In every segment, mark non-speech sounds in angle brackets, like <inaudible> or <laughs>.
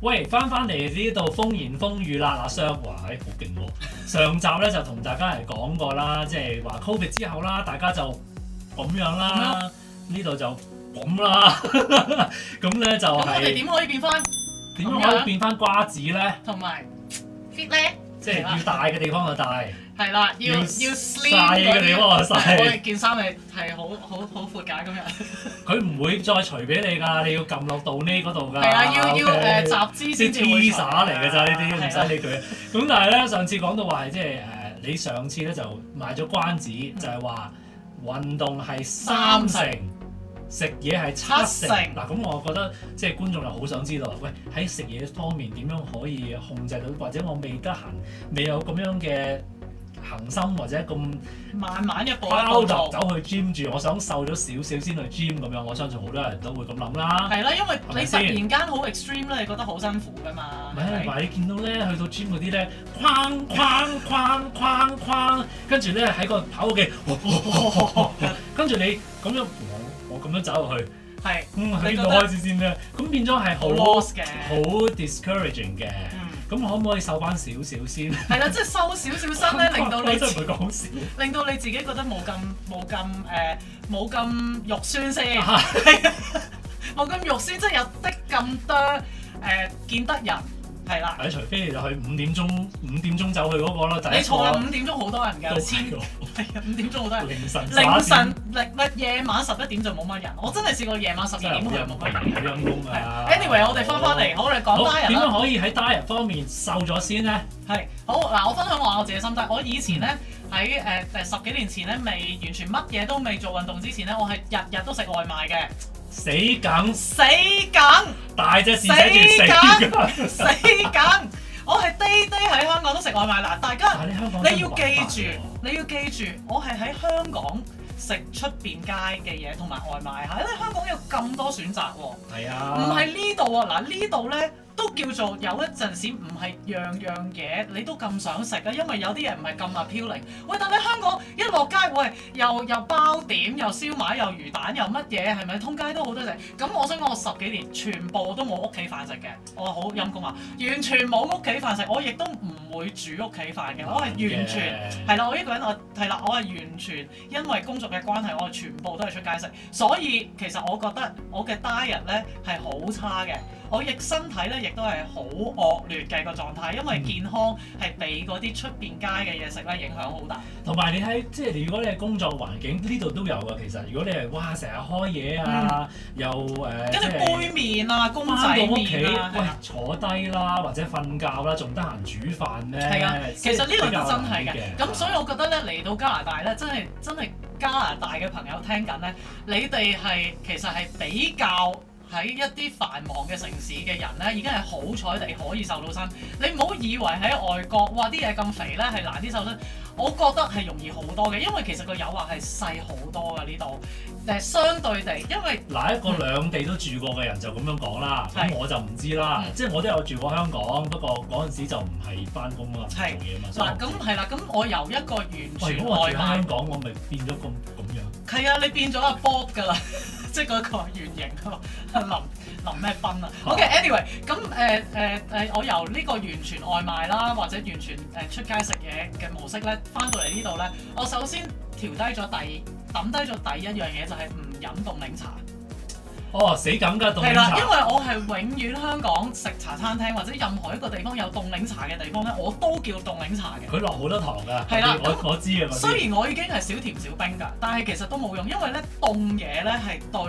喂，翻翻嚟呢度風言風語啦，嗱上哇，哎唉好勁喎！上集咧就同大家嚟講過啦，即係話 Covid 之後啦，大家就咁樣啦，呢度就咁啦， <laughs> 咁咧就咁我哋哦啊係點可以變翻點樣可以變翻瓜子咧？同埋 fit 咧？即係要大嘅地方就大，係啦，要要要細 slim 嗰嘅地啲。方係就我細，哋件衫係係好好好闊㗎今日。佢唔會再除俾你㗎，你要撳落到呢嗰度㗎。係啊，要要誒 OK 集資即先係至會 T 除耍嚟嘅咋呢啲，唔係啊使理佢。咁但係咧，上次講到話係即係誒，你上次咧就賣咗關子，嗯就係話運動係三成，食嘢係七七成。成嗱，咁我覺得即係觀眾又好想知道，喂喺食嘢方面點樣可以控制到，或者我未得閒，未有咁樣嘅。恒心或者咁慢慢一步一包步做。頭走去 gym 住，我想瘦咗少少先去 gym 咁樣，我相信好多人都會咁諗啦。係啦，因為係你咪突先然間好 extreme 咧，你覺得好辛苦㗎嘛唔。係，係同咪埋你見到咧，去到 gym 嗰啲咧，框框框框框，跟住咧喺個跑嘅，跟住你咁樣，我我咁樣走入去，係嗯，喺你覺邊度得開始先咧？咁變咗係好好 loss 嘅。好 discouraging 嘅。嗯，咁可唔可以瘦翻少少先？係啦，即係收少少 <laughs> 身咧，令到真你係唔係講笑。令到你自己覺得冇咁冇咁誒冇咁肉酸先，啊冇咁肉酸，即係有的咁多誒、見得人係啦。係除非你就去五點鐘五點鐘走去嗰個啦，第你一錯啦，個五點鐘好多人都㗎，千係係啊五點鐘好多喎人。凌晨 <laughs> 十一凌點晨凌凌夜晚十一點就冇乜人，我真係試過夜晚十二真係啊點好去陰冇功，乜人。好陰功係啊，anyway，我哋翻返嚟，我哋講好翻人點啊啦。樣可以喺 diet 方面瘦咗先咧？係好嗱，我分享下我自己心得。我以前咧喺嗯誒誒十幾年前咧，未完全乜嘢都未做運動之前咧，我係日日都食外賣嘅，死梗死梗大隻字寫住死梗，死梗！我係 day day 喺香港都食外賣嗱，大家但係你香港你要真係冇辦法記住喎，你要記住，我係喺香港食出邊街嘅嘢同埋外賣嚇，因為香港有咁多選擇喎。係啊，唔係呢度喎，嗱呢度咧都叫做有一陣時唔係樣樣嘢你都咁想食啊，因為有啲嘢唔係咁 appealing。喂，但係香港一落街，喂又又包點，又燒賣，又魚蛋，又乜嘢，係咪通街都好多食？咁我想講，我十幾年全部都冇屋企飯食嘅，我好陰公啊，完全冇屋企飯食，我亦都唔會煮屋企飯嘅，哦我係完全。係啦，我一個人我係啦，我係完全因為工作嘅關係，我係全部都係出街食，所以其實我覺得我嘅 diet 咧係好差嘅，我亦身體咧亦都係好惡劣嘅個狀態，因嗯為健康係被嗰啲出邊街嘅嘢食咧影響好大。同埋你喺即係如果你係工作環境呢度都有㗎，其實如果你係哇成日開嘢啊，又誒嗯跟住即係杯麵啊、公仔翻到屋企，麵啊，係喂啊坐低啦，或者瞓覺啦，仲得閒煮飯咩？係啊，其實呢個兩個真係嘅，咁所以我覺得咧嚟到加拿大咧，真係真係加拿大嘅朋友聽緊咧，你哋係其實係比較喺一啲繁忙嘅城市嘅人咧，已經係好彩地可以瘦到身。你唔好以為喺外國哇啲嘢咁肥咧係難啲瘦身，我覺得係容易好多嘅，因為其實個誘惑係細好多嘅呢度，誒相對地，因為嗱，一個兩地都住過嘅人就咁樣講啦，咁係我就唔知啦，嗯即係我都有住過香港，不過嗰陣時就唔係翻工啊，唔做係嘢啊嘛。所以我嗱咁係啦，咁我由一個完喂，全如果我外住喺賣香。港，我咪變咗咁咁樣。係啊，你變咗阿 Bob 㗎啦， <laughs> 即係嗰個原型啊，林林咩斌啊。OK，anyway，咁誒誒誒，我由呢個完全外賣啦，或者完全誒、呃出街食嘢嘅模式咧，翻到嚟呢度咧，我首先調低咗第抌低咗第一樣嘢就係唔飲凍檸茶。哦，死咁㗎，凍係檸啦，因茶。為我係永遠香港食茶餐廳或者任何一個地方有凍檸茶嘅地方咧，我都叫凍檸茶嘅。佢落好多糖㗎。係啦我我知啊嘅。雖然我已經係少甜少冰㗎，但係其實都冇用，因為咧凍嘢咧係對誒、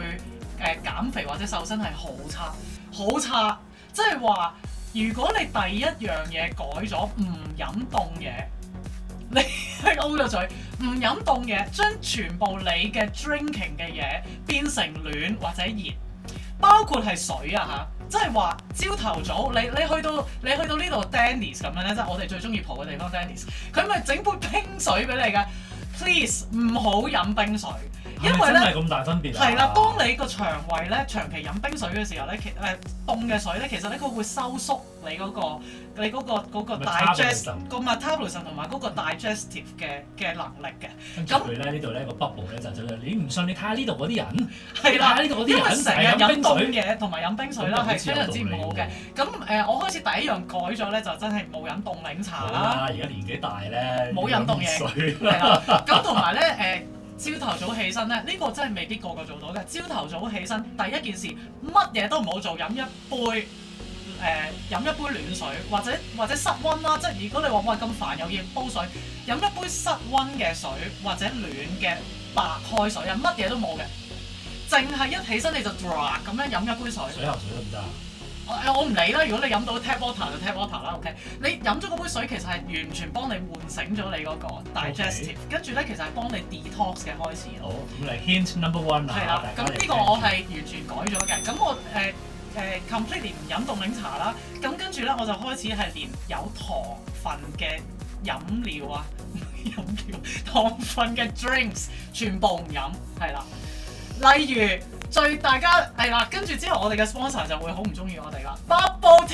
呃、減肥或者瘦身係好差，好差。即係話，如果你第一樣嘢改咗唔飲凍嘢，你勾咗嘴，唔飲凍嘢，將全部你嘅 drinking 嘅嘢變成暖或者熱，包括係水啊嚇。即係話朝頭早你你去到你去到呢度 Denny's 咁樣咧，即係我哋最中意蒲嘅地方 Denny's。佢咪整杯冰水俾你㗎。Please 唔好飲冰水，係因咪為真咧係咁大分別啊？係啦，當你個腸胃咧長期飲冰水嘅時候咧，其誒凍嘅水咧，其實咧佢會收縮你嗰、個你嗰、個嗰、個 Metabolism digest 個 metabolism 同埋嗰個 digestive 嘅嘅能力嘅，跟住佢咧呢度咧個 bubble 咧就走咗，你唔信你睇下呢度嗰啲人，係你睇啦下。呢度嗰因為哎啲人成日係飲冰水凍嘢同埋飲冰水啦，係非常之唔好嘅。咁誒、我開始第一樣改咗咧，就真係冇飲凍檸茶好啦，啦，而家年紀大咧，冇飲凍嘢水係啦。咁同埋咧誒，朝頭早起身咧，呢、個真係未必個個做到嘅。朝頭早起身第一件事，乜嘢都唔好做，飲一杯。誒、飲一杯暖水，或者或者室温啦，即係如果你話喂咁煩又要煲水，飲一杯室温嘅水或者暖嘅白開水啊，乜嘢都冇嘅，淨係一起身你就 dra 咁樣飲一杯水。 <laughs> 水喉水都唔得啊，我我唔理啦，如果你飲到 tap water 就 tap water 啦，OK。你飲咗嗰杯水其實係完全幫你喚醒咗你嗰個 digestive，跟住咧其實係幫你 detox 嘅開始好咯。咁嚟 hint number one 係啊啦，，咁大家嚟呢個我係完全改咗嘅。咁我誒誒、呃 completely 唔飲凍檸茶啦。咁跟住咧我就開始係連有糖分嘅飲料啊， <laughs> 飲料糖分嘅 drinks 全部唔飲，係啦。例如最大家係啦，跟住之後我哋嘅 sponsor 就會好唔中意我哋啦。Bubble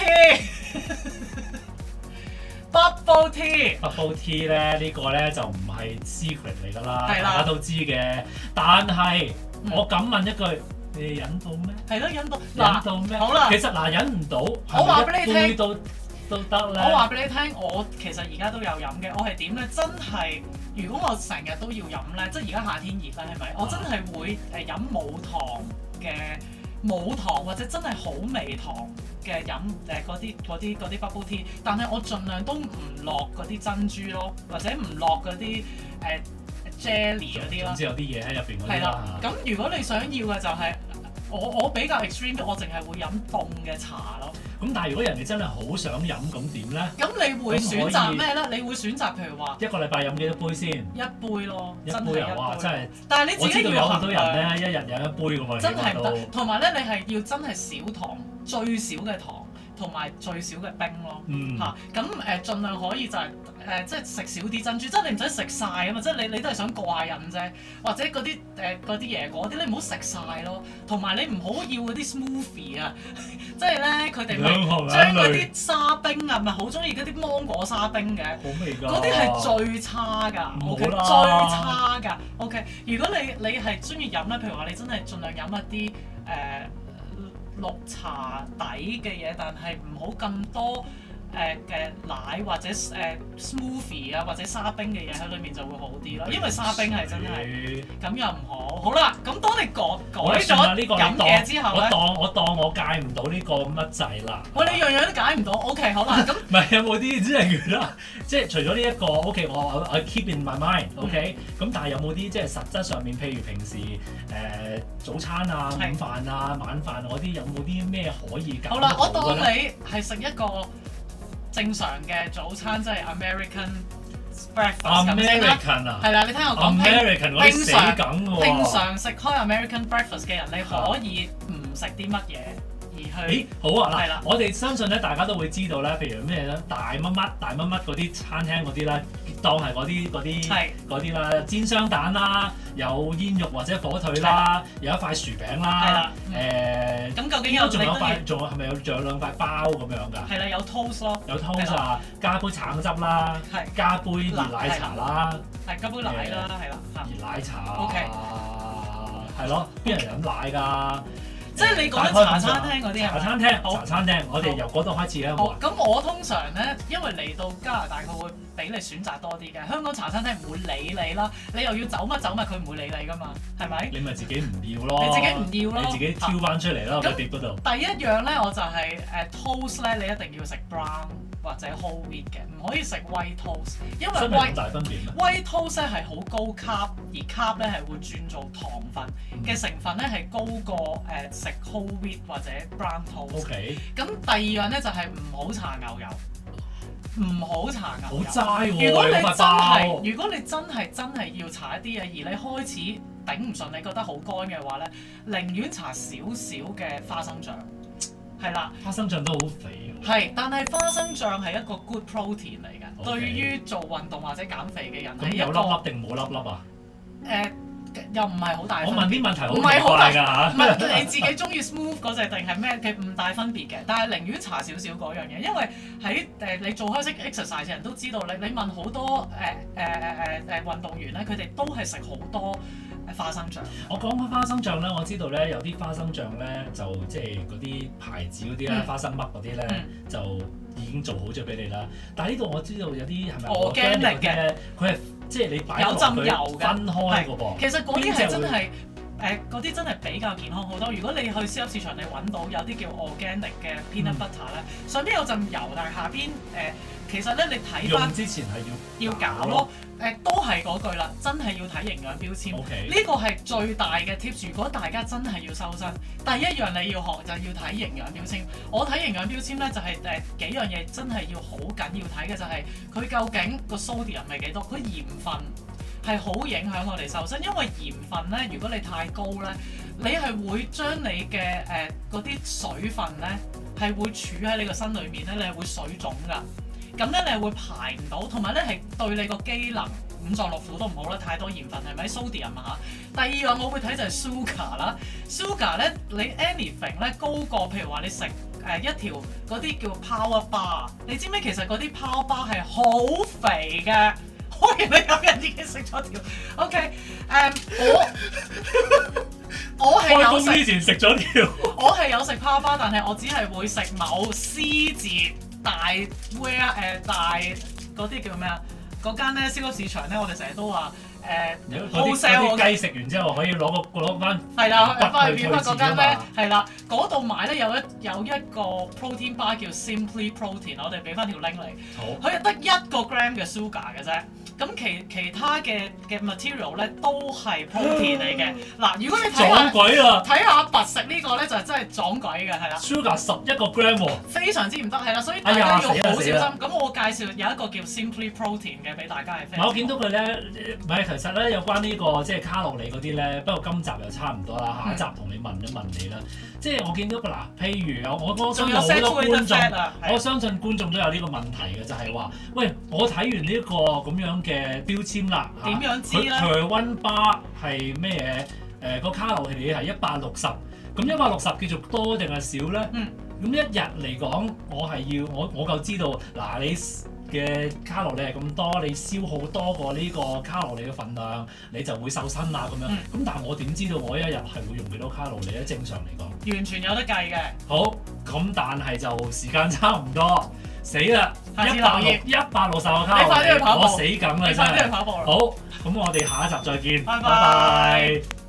<laughs> tea，bubble tea， Bubble Tea 咧呢個咧就唔係 secret 嚟㗎啦，係啦大家都知嘅。但係嗯我敢問一句，你忍到咩？係咯，飲到忍嗱，到咩？好啦其實嗱忍唔到，我話俾你聽到都得咧。我話俾你聽，我其實而家都有飲嘅。我係點咧？真係如果我成日都要飲咧，即係而家夏天熱啦，係啊咪？我真係會誒飲冇糖嘅冇糖或者真係好微糖嘅飲誒嗰啲嗰啲嗰啲 bubble tea，但係我盡量都唔落嗰啲珍珠咯，或者唔落嗰啲誒 jelly 嗰啲啦總。之有啲嘢喺入邊嗰係啲啦啦，。咁如果你想要嘅就係、我我比較 extreme，我淨係會飲凍嘅茶咯。咁但係如果人哋真係好想飲，咁點咧？咁你會選擇咩咧？你會選擇譬如話一個禮拜飲幾多杯先？一杯咯，一真杯啊！哇，真係一杯。係但係你我自知己道有要好衡多量，人咧，一日飲一杯㗎喎，真係係唔得。同埋咧，你係要真係少糖，最少嘅糖，同埋最少嘅冰咯。嗯，嚇咁誒，盡量可以就係、誒，即係食少啲珍珠，即係你唔使食晒啊嘛，即係你你都係想過下癮啫，或者嗰啲誒嗰啲椰果嗰啲，你唔好食晒咯，同埋你唔好要嗰啲 smoothie 啊， <laughs> 即係咧佢哋咪兩行將兩嗰淚，啲沙冰啊，咪好中意嗰啲芒果沙冰嘅。好味㗎。嗰啲係最差㗎唔，OK，好最啦差㗎，OK。如果你你係中意飲咧，譬如話你真係盡量飲一啲誒、呃綠茶底嘅嘢，但係唔好咁多誒嘅奶或者誒、呃 smoothie 啊或者沙冰嘅嘢喺裏面就會好啲咯，因為沙冰係真係係。咁又唔好。好啦，咁當你改我改算啦咗呢個你飲當嘢之後我咧，當我當我戒唔到呢個乜滯啦。喂你樣樣都解唔到，OK 好啦，咁 <laughs> 唔係有冇啲即係啦？即係除咗呢一個，OK，我我我 keep in my 嗯 mind，OK、咁但係有冇啲即係實質上面，譬如平時誒、呃早餐啊、午係飯啊、晚飯嗰啲，有冇啲咩可以搞好啦，我當當你係食一個正常嘅早餐，即係 American breakfast 咁先啦。 American 啊係啦，你聽我講平，American 嗰啲死梗喎。平常食開 American breakfast 嘅人，你可以唔食啲乜嘢而去咦，好啊係嗱啦，我哋相信咧，大家都會知道咧，譬如咩咧，大乜乜、大乜乜嗰啲餐廳嗰啲咧，當係嗰啲嗰啲係嗰啲啦，煎雙蛋啦，有煙肉或者火腿啦，有一塊薯餅係啦啦，嗯誒，咁究竟應該有仲有你都要塊，仲有係咪有仲有兩塊包咁樣㗎？係啦，有 toast 咯，有 toast 啊，加杯橙汁啦，係加杯熱奶茶啦，係加杯奶啦，係啦嚇。熱奶茶 OK 係咯，邊人飲奶㗎？即係你講打緊開茶罐餐廳嗰啲係茶咪餐廳，好茶餐廳，我哋好由嗰度開始咧，好好啊咁我通常咧，因為嚟到加拿大，佢會俾你選擇多啲嘅。香港茶餐廳唔會理你啦，你又要走乜走乜，佢唔會理你噶嘛，係咪？你咪自己唔要咯，你自己唔要咯哦你自己挑翻出嚟啦，咁個碟嗰度。第一樣咧，我就係、誒、toast 咧，你一定要食 brown 或者 whole wheat 嘅，唔可以食 white toast，因為真係 white 咁大分別咩？ white toast 咧係好高 carb，而 carb 咧係會轉做糖分嘅成分咧係高過誒、食 whole wheat 或者 brown O toast。 K，咁第二樣咧就係唔好搽牛油，唔好搽好牛油。齋如喎，果你真有塊包係，如果你真係真係要搽一啲嘢，而你開始頂唔順，你覺得好乾嘅話咧，寧願搽少少嘅花生醬，係啦，花生醬都好肥喎。係。但係花生醬係一個 good protein 嚟嘅 OK 對於做運動或者減肥嘅人係咁一有個誒粒粒定冇粒粒啊？又唔係好大我分問別。啲問題好唔係奇好大怪㗎嚇唔。係你自己中意 smooth 嗰只定係咩嘅唔大分別嘅，但係寧願查少少嗰樣嘢，因為喺誒、呃你做開式 exercise 嘅人都知道你你問好多誒誒誒誒誒運動員咧，佢哋都係食好多呃花生醬，我講開花生醬咧，我知道咧有啲花生醬咧就即係嗰啲牌子嗰啲咧嗯，花生乜嗰啲咧嗯就已經做好咗俾你啦。但係呢度我知道有啲係咪 Organic 嘅嗰啲咧，佢係即係你擺落有浸油佢嘅分開嘅噃。其實嗰啲邊係隻會真係。誒嗰啲真係比較健康好多。如果你去超級市場，你揾到有啲叫 organic 嘅 peanut 嗯 butter 咧，上邊有陣油，但係下邊誒、呃其實咧你睇翻用啊之前係要要搞咯。，誒、都係嗰句啦，真係要睇營養標籤。 O K，呢個係最大嘅 tips。如果大家真係要修身，第一樣你要學就係要睇營養標籤。我睇營養標籤呢，就係、誒幾樣嘢真係要好緊要睇嘅，就係、佢究竟個 sodium 係幾多，佢鹽分係好影響我哋瘦身，因為鹽分呢，如果你太高呢，你係會將你嘅誒嗰啲水分呢，係會儲喺你個身裏面呢，你係會水腫㗎。咁咧你係會排唔到，同埋咧係對你個機能五臟六腑都唔好啦，太多鹽分係咪 sodium 啊嚇？第二樣我會睇就係 sugar 啦，sugar 咧你 anything 咧高過，譬如話你食誒、呃一條嗰啲叫 power bar，你知唔知其實嗰啲 power bar 係好肥嘅？ <laughs> 我原來有人已經食咗條，OK 誒、我我係開有工食之。前食咗條。我係有食泡包，但係我只係會食某 C 字大 where 誒、大嗰啲叫咩啊？嗰間咧超級市場咧，我哋成日都話誒嗰啲 wholesale 嗰嗰啲雞食完之後可以攞個攞翻係啦，北翻去去表北推嗰薦啊間咧嘛，係啦，嗰度買咧有一有一個 protein bar 叫 Simply Protein，我哋俾翻條 link 嚟。好。佢係得一個 gram 嘅 sugar 嘅啫。咁其其他嘅嘅 material 咧都係 protein 嚟 <gasps> 嘅。嗱，如果你睇撞下鬼啦睇下白食呢個咧，就真係撞鬼嘅，係啦。 ！Sugar 十一個 gram 喎，非常之唔得，係啦，所以大哎家呀要好小死心。啦死啦咁我介紹有一個叫 Simply Protein 嘅俾大家係唔 f 係我見到佢咧，唔係其實咧有關呢、個即係卡路里嗰啲咧，不過今集又差唔多啦，嗯下一集同你問一問你啦。即係我見到嗱，譬如我我我相仲信有有 set 好多 to 觀 the 眾 fat 啊，我係相信觀眾都有呢個問題嘅，就係、話：喂，我睇完呢一個咁樣嘅標籤啦，嚇點樣知佢咧？佢温巴係咩嘢？誒、個卡路里係一百六十，咁一百六十叫做多定係少咧？嗯。咁一日嚟講，我係要我我夠知道嗱，你嘅卡路里係咁多，你消耗多過呢個卡路里嘅份量，你就會瘦身啦咁樣。嗯咁、但係我點知道我一日係會用幾多卡路里咧？正常嚟講。完全有得計嘅。好，咁但係就時間差唔多，死啦！下次一留百六意一百六十個卡路你里快啲去跑步我死梗啦你啊真快啲係去。跑步啦！好，咁我哋下一集再見，拜拜拜拜